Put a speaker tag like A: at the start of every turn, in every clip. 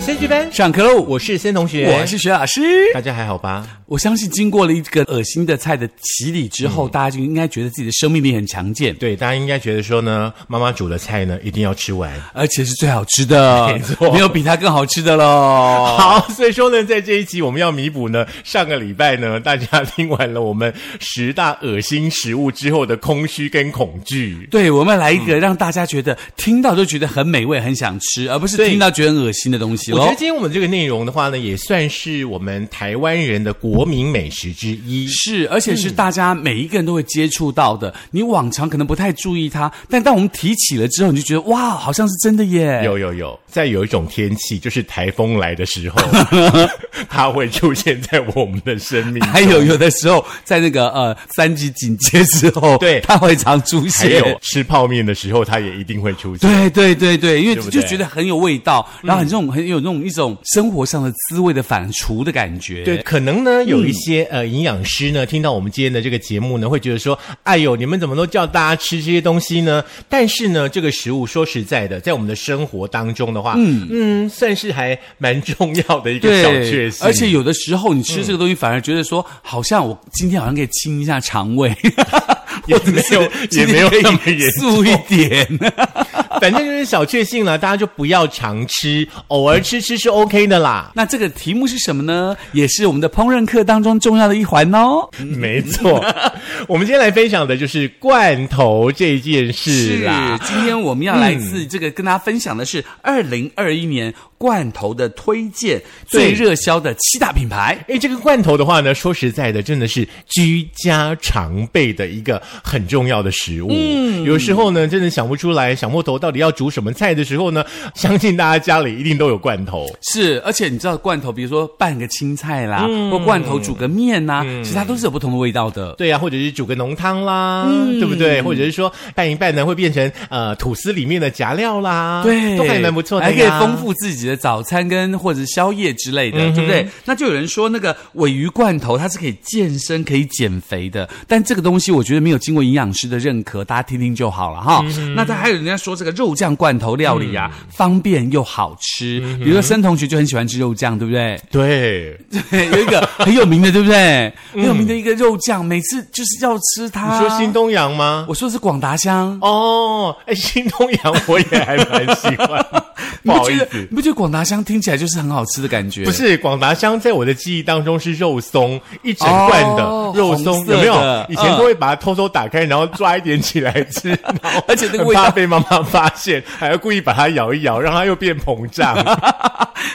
A: 先去班，
B: 上课喽！
A: 我是先同学，
B: 我是徐老师。
A: 大家还好吧？
B: 我相信经过了一个恶心的菜的洗礼之后，大家就应该觉得自己的生命力很强健，
A: 嗯对，大家应该觉得说呢，妈妈煮的菜呢一定要吃完。
B: 而且是最好吃的，
A: 没错
B: 没有比它更好吃的喽。
A: 好，所以说呢，在这一集我们要弥补呢，上个礼拜呢，大家听完了我们十大恶心食物之后的空虚跟恐惧。
B: 对，我们来一个
A: 嗯
B: 让大家觉得听到就觉得很美味、很想吃，而不是
A: 对
B: 听到觉得很恶心的东西
A: 我觉哦
B: 喽
A: 得。今天我们这个内容的话呢，也算是我们台湾人的国民美食之一。
B: 是，而且
A: 嗯
B: 是大家每一个人都会接触到的。你往常可能不太注意它，但当我们提起了之后，你就觉得哇，好像是真的耶。
A: 有有有，在有一种天气，就是台风来的时 候，它会出现在我们的生命中。
B: 还有有的时候在那个呃三级警戒之 后，
A: 对
B: 它会常出
A: 还
B: 现。
A: 有吃泡面的时候，它也一定会出现。
B: 对对对对，因为
A: 对嗯不
B: 就
A: 对
B: 觉得很有味道，然后很这种很有那种一种生活上的滋味的反刍的感觉。
A: 对，可能呢有一些、呃营养师呢，听到我们今天的这个节目呢，会觉得说，哎呦，你们怎么都叫大家吃这些东西呢？但是呢，这个食物说实在的，在我们的生活当中的话，嗯嗯，算是还蛮重要的一个小确
B: 对，
A: 幸。
B: 而且有的时候你吃这个东西，反而觉得说，好像我今天好像可以清一下肠胃，
A: 也没有也没有那么严
B: 素一点。
A: 反正就是小确幸了，大家就不要常吃，偶尔吃吃是 OK 的啦。
B: 那这个题目是什么呢？也是我们的烹饪课当中重要的一环哦。
A: 没错， 我们今天来分享的就是罐头这件事啦。
B: 今天我们要来自这个跟大家分享的是二零二一年罐头的推荐最
A: 对
B: 热销的七大品牌。
A: 哎，这个罐头的话呢，说实在的，真的是居家常备的一个很重要的食物。嗯，有时候呢，真的想不出来小木头到底要煮什么菜的时候呢， 相信大家家里一定都有罐头。
B: 是，而且你知道罐头，比如说拌个青菜啦，
A: 嗯
B: 或罐头煮个面呐、其实它都是有不同的味道的。
A: 对呀、啊或者是煮个浓汤啦，
B: 嗯
A: 对不对？或者是说拌一拌呢，会变成呃吐司里面的夹料啦，
B: 对，
A: 啊都还蛮不错的呀，
B: 还可以丰富自己的早餐跟或者宵夜之类的，
A: 嗯
B: 对不对？那就有人说那个尾鱼罐头它是可以健身、可以减肥的，但这个东西我觉得没有经过营养师的认可，大家听听就好了哈。
A: 嗯
B: 那他还有人家说这个肉酱罐头料理啊，方便又好吃，
A: 嗯
B: 比如说森同学就很喜欢吃肉酱，对 不对？
A: 对。
B: 对，有一个很有名的，对不对？很有名的一个肉酱，每次就是要吃它。
A: 嗯你说新，东阳吗？
B: 我说的是广达香。
A: 哦，哎，新东阳我也还蛮喜欢，哦不好意
B: 你不觉得
A: 思
B: 你。不觉得广达香听起来就是很好吃的感觉？
A: 不是广达香，在我的记忆当中是肉松一整罐的、
B: 哦
A: 肉松
B: 红，色的
A: 有没有？以前
B: 嗯
A: 都会把它偷偷打开，然后抓一点起来吃，然后
B: 而且那个
A: 很
B: 味道
A: 怕被妈妈发现，还要故意把它摇一摇，让它又变膨 胀。
B: 啊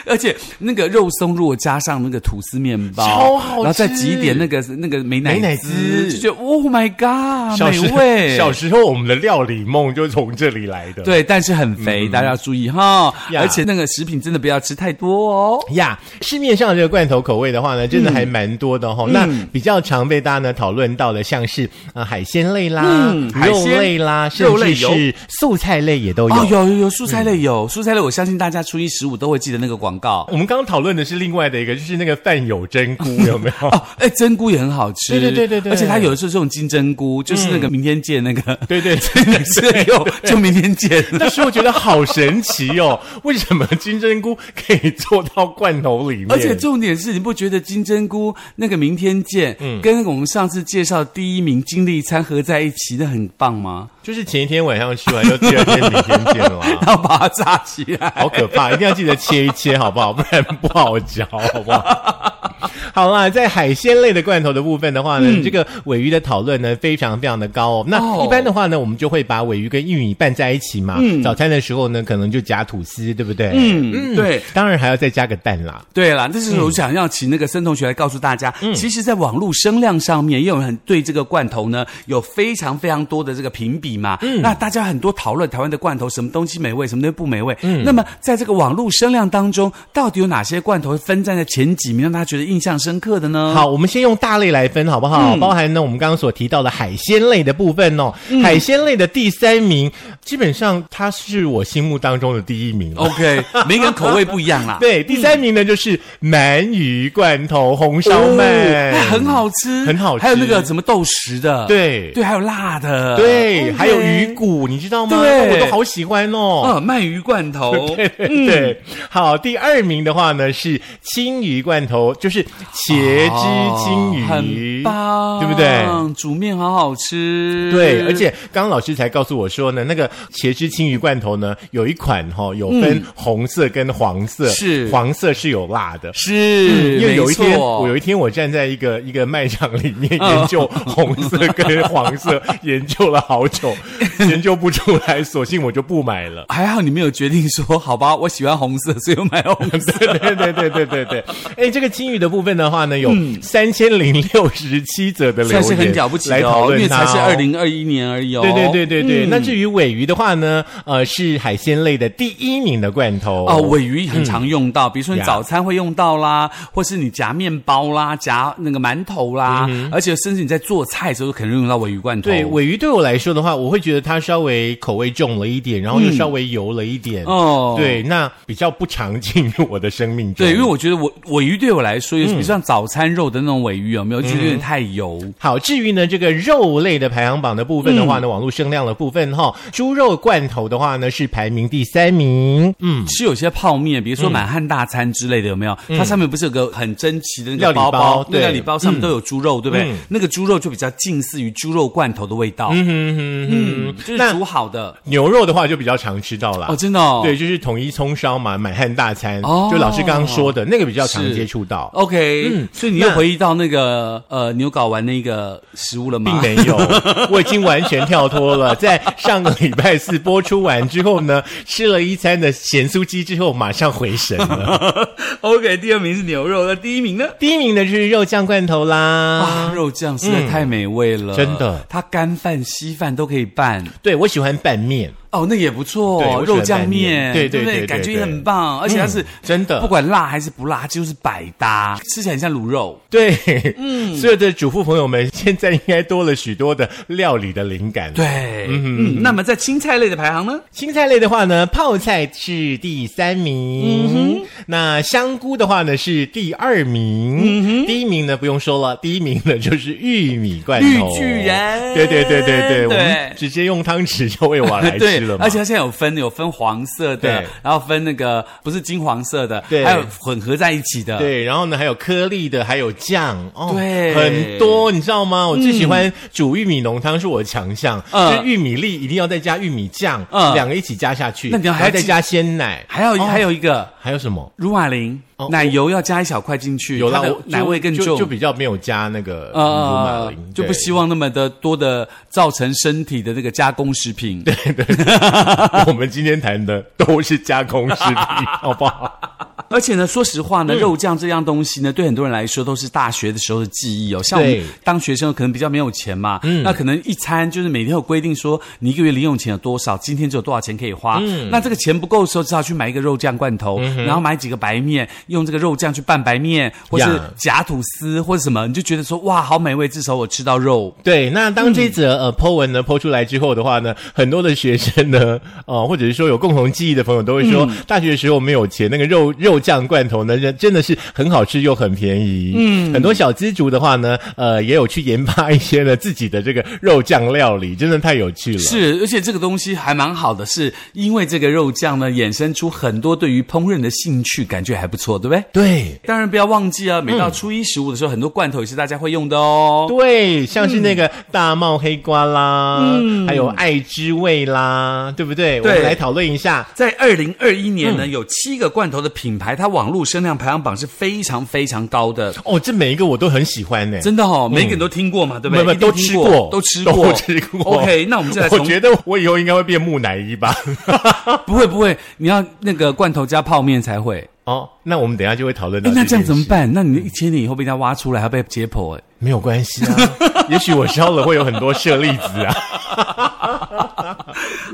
B: 而且那个肉松如果加上那个吐司面包，
A: 超好吃
B: 然后再挤一点那个那个美奶
A: 美乃滋
B: 就觉得 Oh my God，
A: 小
B: 美
A: 时
B: 味。
A: 小时候我们的料理梦就从这里来的。。
B: 对，但是很肥，大家要注意哈。
A: 嗯呀
B: 而且那个食品真的不要吃太多哦。
A: 呀市面上这个罐头口味的话呢，真的还蛮多的哈、
B: 嗯
A: 哦那比较常被大家呢讨论到的，像是呃海鲜类啦、
B: 嗯海
A: 肉
B: 鲜
A: 类啦，甚
B: 肉类
A: 至
B: 有
A: 是素菜类也都有。嗯
B: 哦，有有有蔬菜类有、蔬菜类，我相信大家初一十五都会记得那个广告。
A: 我们刚刚讨论的是另外的一个，就是那个饭有 真菇，有没有？
B: 哦，哎，真菇也很好吃，
A: 对对对对对嗯
B: 而且它有的时候这种金针菇，就是那个明天见那个，
A: 对对
B: 真 的是有，就明天见。
A: 那时候觉得好神奇 哦，为什么金针菇可以做到罐头里面？
B: 而且重点是，你不觉得金针菇那个明天见，
A: 嗯
B: 跟我们上次介绍第一名金利餐合在一起，那很棒吗？
A: 就是前一天晚上吃完，就第二天明天见了啊。
B: 然后把它炸起来。
A: 好可怕！一定要记得切一切，好不 好？不然不好嚼，好 不好？好啦，在海鲜类的罐头的部分的话呢，这个尾鱼的讨论呢非常非常的高哦。
B: 嗯哦
A: 那一般的话呢，我们就会把尾鱼跟玉米拌在一起嘛。早餐的时候呢，可能就夹吐司，对不对？
B: 嗯，对。
A: 当然还要再加个蛋啦。
B: 对啦，这是我想要请那个森同学来告诉大家，
A: 嗯
B: 其实，在网络声量上面，也有人很对这个罐头呢有非常非常多的这个评比嘛。
A: 嗯
B: 那大家很多讨论台湾的罐头，什么东西美味，什么东西不美味。
A: 嗯
B: 那么在这个网络声量当中，到底有哪些罐头分站在前几名，让大家觉得印象深刻的呢？
A: 好，我们先用大类来分，好不
B: 嗯
A: 好？包含呢我们刚刚所提到的海鲜类的部分哦，海鲜类的第三名，基本上它是我心目当中的第一名哦。
B: ，OK，每个人口味不一样啦。
A: 对，第三名呢就是鳗鱼罐头红烧
B: 哦，
A: 鳗，
B: 哎很好吃，
A: 很好吃
B: 还有那个什么豆豉的，
A: 对
B: 对，还有辣的，
A: 对，
B: OK
A: 还有鱼。骨，你知道吗？
B: 对
A: 我都好喜欢哦。
B: 嗯，鳗鱼罐头，
A: 对，好，第二名的话呢是青鱼罐头，就是茄汁青
B: 哦很
A: 鱼，
B: 棒，
A: 对不对？？
B: 煮面好好吃，
A: 对，而且刚刚老师才告诉我说呢，那个茄汁青鱼罐头呢，有一款哈、哦、有分红色跟黄色，
B: 嗯是
A: 黄色是有辣的，
B: 是，
A: 因为嗯有一
B: 没
A: 天，
B: 错嗯
A: 我有一天我站在一个一个卖场里面研究红色跟黄色，研究了好久，研究不出来，索性我就不买了。
B: 还好你没有决定说，好吧，我喜欢红色，所以我买红 色。
A: 对对对对对对对，哎，这个金鱼的部分的话呢，有三千零六十七则的留言，
B: 嗯算是很了不起
A: 来
B: 的
A: 讨
B: 哦，因
A: 论
B: 为
A: 它、
B: 才是二。零二一年而已哦。
A: 对对对对对，那至于尾鱼的话呢，呃，是海鲜类的第一名的罐头
B: 哦，尾鱼很常用到，比如说你
A: 嗯呀
B: 早餐会用到啦，或是你夹面包啦、夹那个馒头啦，而且甚至你在做菜的时候可能用到尾鱼罐
A: 嗯
B: 头。
A: 对尾鱼对我来说的话，我会觉得它稍微口味重了一点，然后又稍微油了一点。
B: 嗯哦
A: 对，那比较不常进入我的生命中。
B: 对，因为我觉得尾尾鱼对我来说，
A: 嗯
B: 尤其比如像早餐肉的那种尾鱼，有没有？就是有点太油。
A: 好，至于呢这个肉类的排行榜的部分的
B: 嗯
A: 话呢，网络声量的部分哈、猪肉罐头的话呢是排名第三名。嗯，
B: 吃有些泡面，比如说满汉大餐之类的，有没有？它上面不是有个很珍奇的那
A: 料
B: 个
A: 理
B: 包
A: 包
B: 那
A: 对
B: 料理包上面都有猪肉，对不对
A: 嗯？
B: 那个猪肉就比较近似于猪肉罐头的味道，嗯嗯，就是
A: 那
B: 煮好的
A: 牛肉的话就比较常吃到啦。
B: 哦，真的哦，
A: 对，就是统一葱烧嘛，满汉大餐，
B: 哦
A: 就老师刚刚说的那个比较常
B: 是
A: 接触到。
B: OK，
A: 嗯
B: 所以你又
A: 那
B: 回忆到那个呃牛睾丸那个食物了吗？
A: 并 没 有，我已经完全跳脱了。在上个礼拜四播出完之后呢，吃了一餐的咸酥鸡之后，马上回神了。
B: OK，第二名是牛肉，那第一名呢？
A: 第一名呢就是肉酱罐头啦
B: 啊，。肉酱实在太美味了，
A: 嗯真的
B: 它干饭、稀饭都可以拌，
A: 对，我喜欢拌面，
B: 哦，那也不错
A: 对，我喜欢
B: 肉酱面，
A: 拌面对
B: 对
A: 对
B: 不
A: 对对
B: 感觉也
A: 对嗯
B: 很棒，而且它是
A: 真的
B: 不管辣还是不辣，它就是百搭，吃起来很像卤肉。
A: 对，嗯，所有的主妇朋友们现在应该多了许多的料理的灵感。，
B: 对，嗯，那么在青菜类的排行呢？
A: 青菜类的话呢，泡菜是第三
B: 嗯
A: 名，那香菇的话呢是第二名，
B: 嗯
A: 第一名呢不用说了，第一名呢就是玉米罐头，
B: 绿巨人
A: 对对对对对，
B: 对
A: 我们直接用汤匙就喂我啊来
B: 对
A: 吃了，嘛，
B: 而且它现在有分，有分黄色的
A: 对，
B: 然后分那个不是金黄色的，
A: 对
B: 还有混合在一起的。
A: 对，然后呢还有颗粒的，还有酱哦，
B: 啊对
A: 很多，你知道吗？我最喜欢煮玉米浓汤是我的强项，
B: 嗯
A: 就是玉米粒一定要再加玉米酱，
B: 嗯
A: 两个一起加下去，
B: 那你要
A: 然后
B: 还
A: 再
B: 记
A: 加鲜奶，
B: 还有、还有一个
A: 还有什么？
B: 乳马林、
A: 哦
B: 奶油要加一小块进去，
A: 有啦，
B: 它的
A: 我
B: 奶味更
A: 就
B: 重，
A: 就就比较没有加那个乳马
B: 呃
A: 林，
B: 就不希望那么的多的造成身体的那个加工食品。
A: 望 我们今天谈的都是加工食 品，好不好？
B: 而且呢，说实话
A: 嗯
B: 呢，肉酱这样东西呢，对很多人来说都是大学的时候的记忆哦。像我
A: 对嗯
B: 们当学生可能比较没有钱嘛，那可能一餐就是每天有规定说你一个月零用钱有多少，今天只有多少钱可以花。
A: 嗯
B: 那这个钱不够的时候，只好去买一个肉酱罐头，然后买几个白面，用这个肉酱去拌白面，或是
A: 呀
B: 夹吐司或者什么，你就觉得说哇，好美味，至少我吃到肉。
A: 对，那当这
B: 嗯
A: 则呃 po 文呢 po 出来之后的话呢，很多的学生呢， 呃，或者是说有共同记忆的朋友都会说，
B: 嗯
A: 大学的时候没有钱，那个肉肉酱罐头呢，真真的是很好吃又很便宜。嗯，很多小资族的话呢，呃，也有去研发一些呢自 己的这个肉酱料理，真的太有趣了。
B: 是，而且这个东西还蛮好的，是因为这个肉酱呢，衍生出很多对于烹饪的兴趣，感觉还不错，对不对？
A: 对，
B: 当然不要忘记啊，每到初一十五的时候，很多罐头也是大家会用的哦。
A: 对，像是那个大帽黑瓜啦，还有爱之味啦，对不对？
B: 嗯对
A: 我们来讨论一下。
B: 在二零二一年呢，有七个罐头的品牌，它网络声量排行榜是非常非常高的，
A: 哦，这每一个我都很喜欢呢、
B: 真的哦，每个人都听过嘛，对不
A: 没有没
B: 对？
A: 有都
B: 一定听
A: 吃过，
B: 都吃过，
A: 都吃过。
B: OK，那我们就来
A: 我
B: 从
A: 觉得我以后应该会变木乃伊吧。
B: 不会不会，你要那个罐头加泡面才会。
A: 哦，那我们等一下就会讨论到
B: 哎，。那这样怎么
A: 办？
B: 办？那你一千年以后被人家挖出来，还被解剖哎。
A: 没有关系啊，也许我烧了会有很多舍利子啊。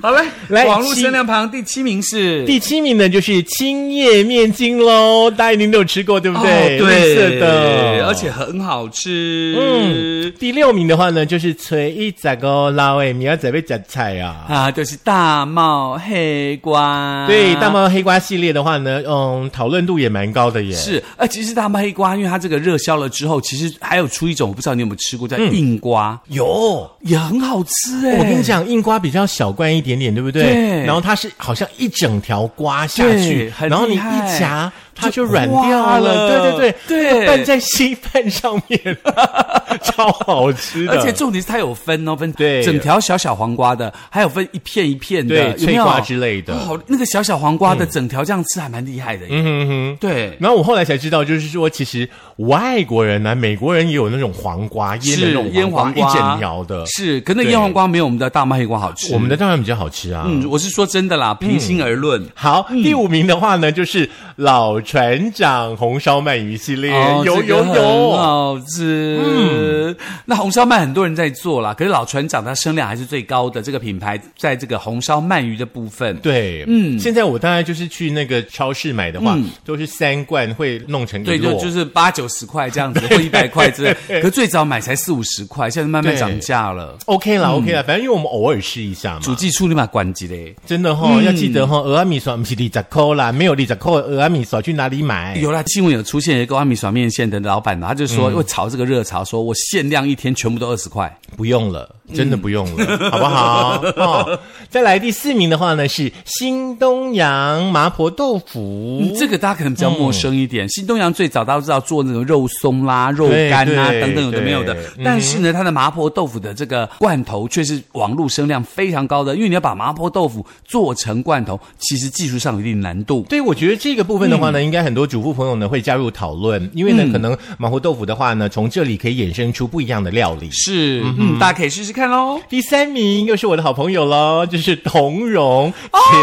B: 好嘞，
A: 来
B: 网络
A: 七
B: 声量排行第七名 是
A: 第七名呢就是青叶面筋喽，大家一定都有吃过，对不对？
B: 哦
A: 绿
B: 对
A: 色的，
B: 而且很好吃。
A: 嗯，第六名的话呢就是锤一仔个拉诶，你要准备夹菜啊。
B: 啊，就是大帽黑瓜，
A: 对，大。猫黑瓜系列的话呢，嗯，讨论度也蛮高的耶。
B: 是，呃，其实大麦黑瓜，因为它这个热销了之后，其实还有出一种，我不知道你有没有吃过，叫
A: 嗯
B: 硬瓜，
A: 有，
B: 也很好吃哎、
A: 我跟你，讲，硬瓜比较小罐一点点，对不对？
B: 对
A: 然后它是好像一整条瓜下去
B: 对，很
A: 然后你
B: 厉害
A: 一夹，它就
B: 就
A: 软掉
B: 化
A: 了。
B: 了
A: 对对对，它
B: 对
A: 拌在稀饭上面， 超好吃的。
B: 而且重点是它有分哦，分
A: 对
B: 整条小小黄瓜的，还有分一片一片的，
A: 对
B: 有没有
A: 脆瓜之类的
B: 哦好，那个小小黄瓜的整条这样吃还蛮厉害的耶，嗯
A: 嗯哼。
B: 对。
A: 然后我后来才知道，就是说，其实外国人呢、啊美国人也有那种黄瓜腌的那
B: 是
A: 种
B: 腌黄瓜
A: 一整条的。
B: 是，可那
A: 对
B: 腌黄瓜没有我们的大麦黑瓜好吃。
A: 我们的当然比较好吃啊。
B: 嗯，我嗯是说真的啦，平心而论。
A: 好，第五名的话呢，就是老船长红烧鳗鱼系列，
B: 哦
A: 有
B: 这个
A: 有
B: 很
A: 有，
B: 好吃。嗯，那红烧鳗很多人在做啦，可是老船长他声量还是最高的。这个品牌在这个红烧鳗鱼的部分，
A: 对，嗯，现在我大概就是去那个超市买的话，
B: 嗯
A: 都是三罐会弄成一
B: 对，
A: 摞
B: 就，就是八九十块这样子，或一百块之类。 可最早买才四五十块，现在慢慢
A: 对
B: 涨价了。
A: OK
B: 嗯
A: 啦、o k 啦，反正因为我们偶尔试一下嘛
B: 主，计处立马管级嘞，
A: 真的哈、
B: 嗯
A: 要记得哈、哦，俄阿米索不是利扎扣啦，没有利扎扣，俄阿米索去哪里买？
B: 有啦，新闻有出现一个阿米爽面线的老板呢，他就
A: 嗯
B: 说会炒这个热潮，说我限量一天全部都二十块。
A: 不用了，
B: 嗯
A: 真的不用了， 好不好？哦，再来第四名的话呢是新东阳麻婆豆腐，
B: 嗯，这个大家可能比较陌生一点。新东阳最早大家都知道做那种肉松啦、肉干啦
A: 对对
B: 等等，有的没有的
A: 对。
B: 但是呢，它的麻婆豆腐的这个罐头却是网络声量非常高的，因为你要把麻婆豆腐做成罐头，其实技术上有一定难度。
A: 对，我觉得这个部分的话
B: 嗯
A: 呢，应该很多主妇朋友呢会加入讨论，因为呢，可能麻婆豆腐的话呢，从这里可以衍生出不一样的料理。
B: 是，嗯，大家可以试试看喽。
A: 第三名又是我的好朋友喽，就是铜蓉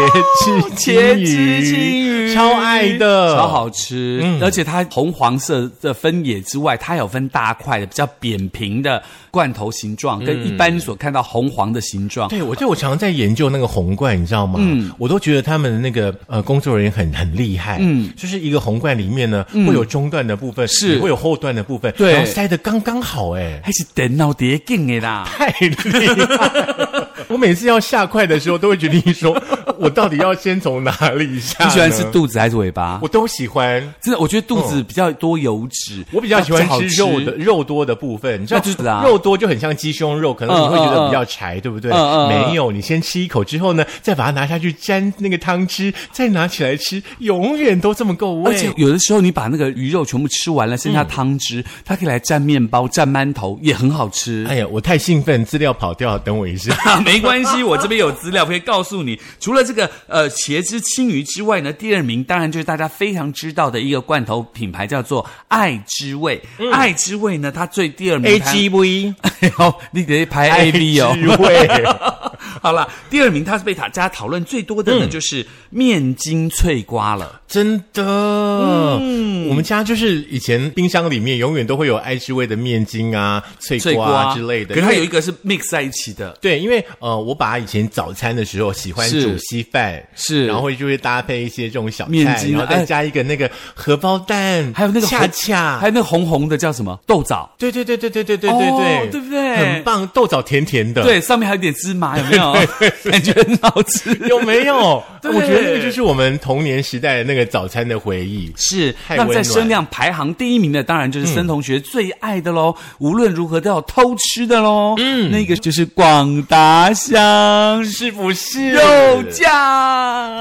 A: 茄汁
B: 哦茄汁
A: 青
B: 青
A: 鱼，
B: 鱼，
A: 超爱的，
B: 超。好吃。而且它红黄色的分野之外，它有分大块的、比较扁平的罐头形状，跟一般所看到红黄的形状。
A: 对，我对我常常在研究那个红罐，你知道吗？
B: 嗯
A: 我都觉得他们那个呃工作人员很很厉害。嗯，就是一个红罐里面呢，会有中段的部分，
B: 嗯是
A: 也会有后段的部分，
B: 对
A: 然后塞的刚刚好，哎，
B: 还是电脑碟镜的啦。
A: 太厉害了！ 我每次要下快的时候，都会决定说，我到底要先从哪里下？
B: 你喜欢吃？肚子还是尾巴
A: 我？都喜欢，
B: 真的，我觉得肚子比较多油脂，
A: 哦我比较喜欢
B: 好
A: 吃肉的。肉多的部分，你知道
B: 那就是啦
A: 肉多就很像鸡胸肉，可能你会觉得比较柴，对不对？
B: 嗯嗯嗯
A: 没有，你先吃一口之后呢，再把它拿下去沾那个汤汁，再拿起来吃，永远都这么够味。
B: 而且有的时候你把那个鱼肉全部吃完了，剩
A: 嗯
B: 下汤汁，它可以来蘸面包、蘸馒头，也很好吃。
A: 哎呀，我太兴奋，资料跑掉，等我一 下。
B: 啊， 没关系，我这边有资料可以告诉你。除了这个呃茄汁青鱼之外呢，第二名当然就是大家非常知道的一个罐头品牌，叫做爱之味。爱之味呢，它最第二
A: 嗯
B: 名
A: A
B: 排
A: G V
B: 哦，你得排 A B 哦。
A: 味。
B: 好啦，第二名它是被大家讨论最多的呢，就是面筋脆瓜了。
A: 真的，
B: 嗯
A: 我们家就是以前冰箱里面永远都会有爱之味的面筋啊、脆
B: 脆
A: 瓜
B: 瓜
A: 啊之类的。
B: 可是
A: 因
B: 它
A: 为
B: 有一个是 mix 在一起的，
A: 对，因为呃，我爸以前早餐的时候喜欢
B: 是
A: 煮稀饭，
B: 是
A: 然后会就会搭配一些这种小菜，
B: 面筋啊
A: 然后再加一个那个荷包蛋，
B: 还有那个
A: 恰
B: 红
A: 恰
B: 还，有那个红红的叫什么豆枣，
A: 对对对对对对对对
B: 哦
A: 对，
B: 对不对
A: 很棒，豆枣甜甜的，，
B: 对，上面还有点芝 麻，有没有？感觉很好吃。
A: 有没有？
B: 对
A: 我觉得那个就是我们童年时代的那个早餐的回忆。
B: 是，
A: 太
B: 那
A: 温
B: 在
A: 暖
B: 声量排行第一名的，当然就是森同学最爱的喽，无论如何都要偷吃的喽。嗯，那个就是广达香
A: 是不是
B: 肉酱，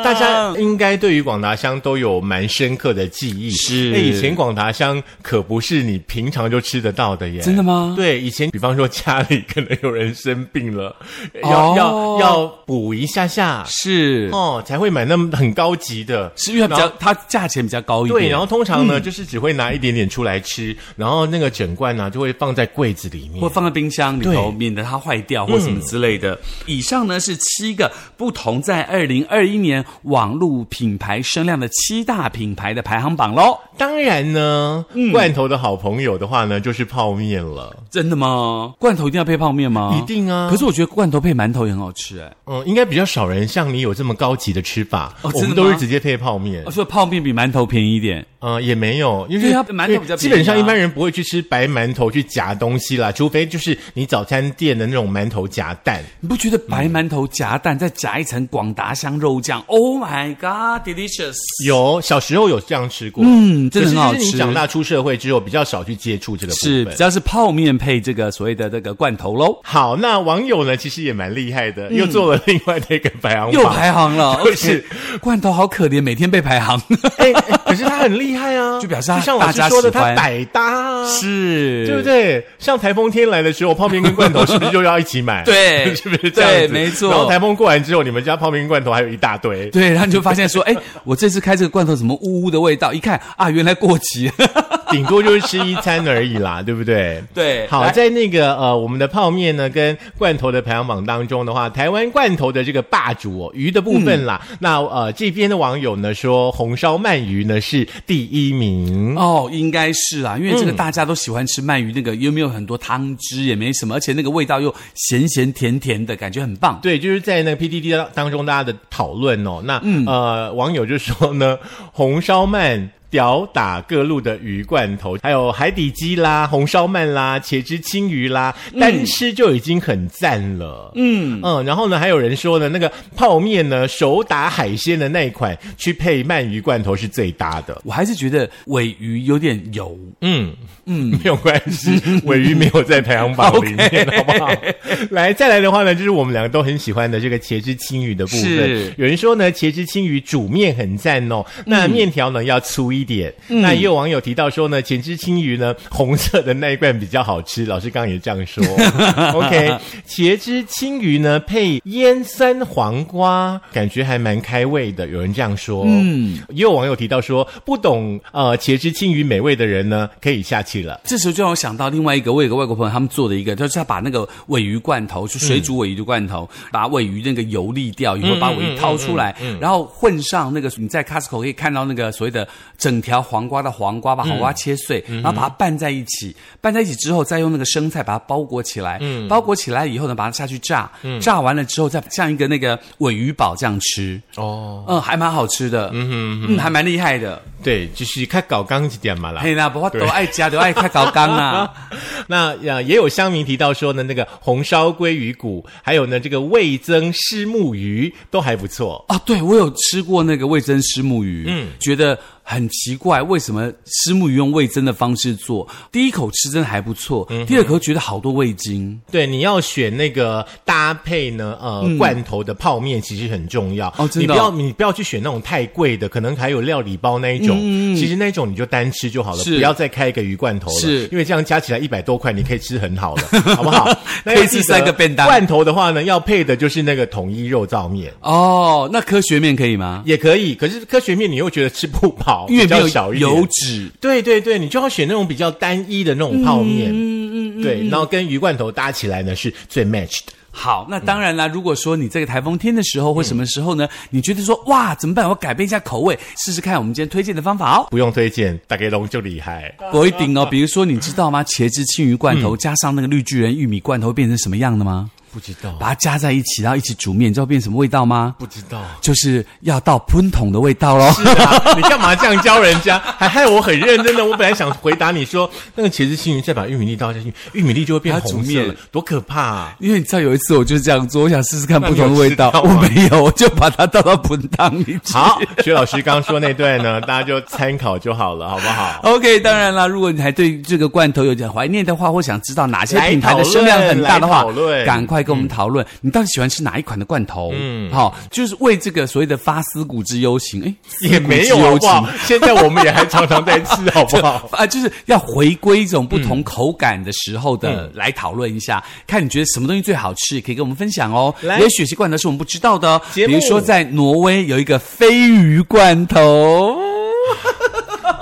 A: 大家应该对于广达香都有蛮深刻的记忆。
B: 是
A: 那以前广达香可不是你平常就吃得到的耶。
B: 真的吗
A: 对，以前比方说家里可能有人生病了，要、
B: 哦
A: 要要补一下下。
B: 是。
A: 哦，才会买那么很高级的，
B: 是因嗯为它比较它价钱比较高一点。
A: 对，然后通常呢，就是只会拿一点点出来吃，然后那个整罐呢、就会放在柜子里面
B: 或。放在冰箱里头，免得它坏掉或什么之类的。以上呢是七个不同在二零二一年网络品牌声量的七大品牌的排行榜喽。
A: 当然呢，
B: 嗯
A: 罐头的好朋友的话呢，就是泡面了。
B: 真的吗？罐头一定要配泡面吗？
A: 一定啊
B: 可是我觉得罐头配馒头也很好吃哎、
A: 嗯，应该比较少人像你有这么高级的吃法，我
B: 哦真
A: 们
B: 的
A: 都
B: 吗
A: 是直接配泡面
B: 我。说哦泡面比馒头便宜一点。
A: 嗯，也没有，因为
B: 对啊馒头比较便宜啊
A: 基本上一般人不会去吃白馒头去夹东西啦，除非就是你早餐店的那种馒头夹蛋。
B: 你不觉得白馒头夹蛋，再夹一层广达香肉酱？Oh my god，delicious！
A: 有小时候有这样吃过，
B: 嗯真的
A: 可是
B: 很好
A: 就是你
B: 吃
A: 长大出社会之后，比较少去接触这个部
B: 是
A: 分。
B: 比较是泡面配这个所谓的这个罐头喽，
A: 好，那网友呢，其实也蛮厉害
B: 嗯
A: 的，又做了另外的一个排行榜，
B: 又排 行了，
A: 对是
B: OK 罐头好可怜，每天被排行，
A: 哎、哎可是他很厉害啊，
B: 就表示他
A: 就像老师
B: 大家
A: 说的，
B: 喜欢
A: 他百搭、啊，
B: 是
A: 对不？对？像台风天来的时候，泡面跟罐头是不是就要一起买？
B: 对
A: 是不是这样子
B: 哎对没错
A: 然后台风过完之后，你们家泡面跟罐头还有一大堆。
B: 对，然后你就发现说，哎，我这次开这个罐头怎么呜呜的味道？一看啊，原来过期。
A: 顶多就是吃一餐而已啦，对不 对？
B: 对
A: 好，
B: 来
A: 在那个呃，我们的泡面呢跟罐头的排行榜当中的话，台湾罐头的这个霸主哦，鱼的部分啦，
B: 嗯
A: 那呃这边的网友呢说红烧鳗鱼呢是第一名。
B: 哦，应该是啊，因为这个大家都喜欢吃鳗鱼，那个又没有很多汤汁，也没什么，而且那个味道又咸咸甜甜的感觉很棒。
A: 对，就是在那个 PTT 当当中大家的讨论哦，那、呃网友就说呢，红烧鳗。吊打各路的鱼罐头，还有海底鸡啦、红烧鳗啦、茄汁青鱼啦，单吃就已经很赞了。嗯嗯，然后呢，还有人说呢，那个泡面呢，手打海鲜的那一款去配鳗鱼罐头是最搭的。
B: 我还是觉得尾鱼有点 油，
A: 嗯嗯， 没有关系，尾鱼没有在排行榜 里面，好不好？来，再来的话呢，就是我们两个都很喜欢的这个茄汁青鱼的部分
B: 是。
A: 有人说呢，茄汁青鱼煮面很赞哦，那面条呢要粗一点。那也有网友提到说呢，茄汁青鱼呢红色的那一罐比较好吃，老师刚刚也这样说。OK，茄汁青鱼呢配腌酸黄瓜，感觉还蛮开胃的，有人这样说。嗯，也有网友提到说，不懂呃茄汁青鱼美味的人呢，可以下去了。
B: 这时候就让我想到另外一个，我有一个外国朋友，他们做的一个，就是他把那个尾鱼罐头，就水煮尾鱼的罐头，把尾鱼那个油沥掉，以后把尾鱼掏出来，然后混上那个你在 Costco 可以看到那个所谓的整条黄瓜的黄瓜，把黄瓜切碎，然后把它拌在一起，拌在一起之后，再用那个生菜把它包裹起来，包裹起来以后呢，把它下去炸，炸完了之后再像一个那个尾鱼堡这样吃，
A: 哦，
B: 嗯，还蛮好吃的，嗯啊嗯，还蛮厉害的，
A: 对，就是看搞刚一点嘛啦。
B: 嘿啦，不过都爱加，都爱看高纲 啊。
A: 那呃，也有乡民提到说呢，那个红烧鲑鱼骨，还有呢这个味增虱目鱼都还不错。
B: 啊，对我有吃过那个味增虱目鱼，嗯，觉得很奇怪，为什么虱目鱼用味增的方式做？第一口吃真的还不错，
A: 嗯
B: 第二口觉得好多味精。
A: 对，你要选那个搭配呢，呃，罐头的泡面其实很重要
B: 嗯哦真
A: 你
B: 的
A: 不
B: 哦
A: 要你不要去选那种太贵的，可能还有料理包那一种，其实那种你就单吃就好了，
B: 嗯是
A: 不要再开一个鱼罐头了，
B: 是
A: 因为这样加起来一百多块，你可以吃很好了，好不好？那要
B: 可以吃
A: 记得
B: 三个便当
A: 罐头的话呢，要配的就是那个统一肉燥面。
B: 哦，那科学面可以吗？
A: 也可以，可是科学面你又觉得吃不饱，
B: 因为
A: 比
B: 没
A: 较
B: 有
A: 少一点
B: 油脂。
A: 对对对，你就要选那种比较单一的那种泡面，嗯嗯，对，然后跟鱼罐头搭起来呢是最 match 的。
B: 好，那当然啦。如果说你这个台风天的时候或
A: 嗯
B: 什么时候呢，你觉得说哇怎么办？我改变一下口味，试试看我们今天推荐的方法哦。
A: 不用推荐，大概龙就厉害。
B: 不一定哦。比如说，你知道吗？茄汁青鱼罐
A: 嗯
B: 头、加上那个绿巨人玉米罐头会变成什么样的吗？
A: 不知道，
B: 把它加在一起，然后一起煮面，你知道变什么味道吗？
A: 不知道。
B: 就是要到喷筒的味道喽。
A: 啊你干嘛这样教人家？ 还害我很认真的，我本来想回答你说，那个茄子青鱼再把玉米粒倒下去，玉米粒就会变
B: 把它煮
A: 红色
B: 面
A: 了，多可怕啊！
B: 因为你知道有一次我就是这样做，我想试试看不同的味 道，
A: 那你有吃到吗
B: 我没有，我就把它倒到盆汤里吃。
A: 好，薛老师刚说那段呢， 大家就参考就好了，好不 好？
B: OK，当然啦，如果你还对这个罐头有点怀念的话，或想知道哪些品牌的声量很大的
A: 来
B: 话
A: 讨论来讨论，嗯
B: 赶快来跟我们讨论，你到底喜欢吃哪一款的罐头？嗯，好，就是为这个所谓的发思古之幽情，哎，
A: 也没有好不好？现在我们也还常常在吃，好不好？
B: 啊，就是要回归一种不
A: 嗯
B: 同口感的时候的来讨论一下，看你觉得什么东西最好吃，也可以跟我们分享哦。
A: 来
B: 也许有些罐头是我们不知道的哦，比
A: 节目
B: 如说在挪威有一个飞鱼罐头。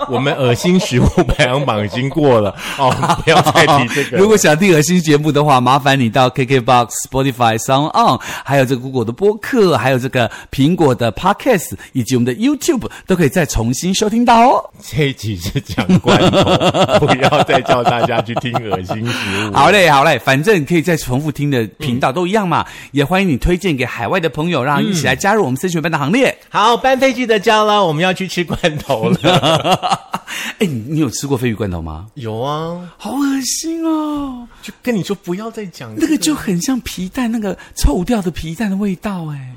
A: 我们恶心食物排行榜已经过 了哦，不 要再提这个。
B: 如果想听恶心节目的话，麻烦你到 KKBox、Spotify、Sound On，还有这个 Google 的播客，还有这个苹果的 Podcast，以及我们的 YouTube 都可以再重新收听到哦。
A: 这一集是讲罐头，不要再叫大家去听恶心食物。
B: 好嘞，好嘞，反正可以再重复听的频道都一样嘛，也欢迎你推荐给海外的朋友，让他一起来加入我们升学班的行列。
A: 好，班飞记得交了，我们要去吃罐头了。
B: 哎、你你有吃过鲱鱼罐头吗？
A: 有啊，
B: 好恶心哦，
A: 就跟你说不要再讲
B: 那个就很像皮蛋那个臭掉的皮蛋的味道哎、